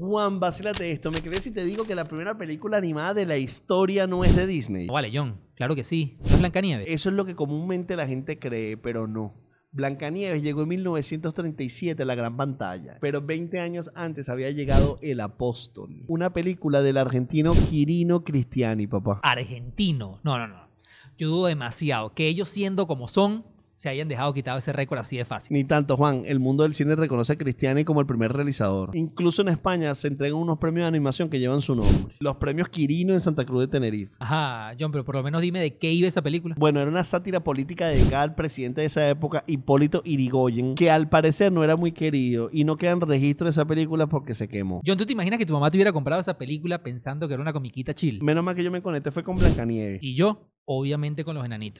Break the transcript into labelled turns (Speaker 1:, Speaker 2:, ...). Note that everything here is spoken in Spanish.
Speaker 1: Juan, vacílate esto. ¿Me crees si te digo que la primera película animada de la historia no es de Disney?
Speaker 2: No vale, John. Claro que sí. No es Blancanieves.
Speaker 1: Eso es lo que comúnmente la gente cree, pero no. Blancanieves llegó en 1937 a la gran pantalla, pero 20 años antes había llegado El Apóstol, una película del argentino Quirino Cristiani, papá.
Speaker 2: Argentino. No, no, no. Yo dudo demasiado que ellos siendo como son se hayan dejado quitado ese récord así de fácil.
Speaker 1: Ni tanto, Juan. El mundo del cine reconoce a Cristiani como el primer realizador. Incluso en España se entregan unos premios de animación que llevan su nombre. Los premios Quirino en Santa Cruz de Tenerife.
Speaker 2: Ajá, John, pero por lo menos dime de qué iba esa película.
Speaker 1: Bueno, era una sátira política dedicada al presidente de esa época, Hipólito Irigoyen, que al parecer no era muy querido y no quedan registro de esa película porque se quemó.
Speaker 2: John, ¿tú te imaginas que tu mamá te hubiera comprado esa película pensando que era una comiquita chill?
Speaker 1: Menos mal que yo me conecté fue con Blancanieves.
Speaker 2: Y yo, obviamente, con los enanitos.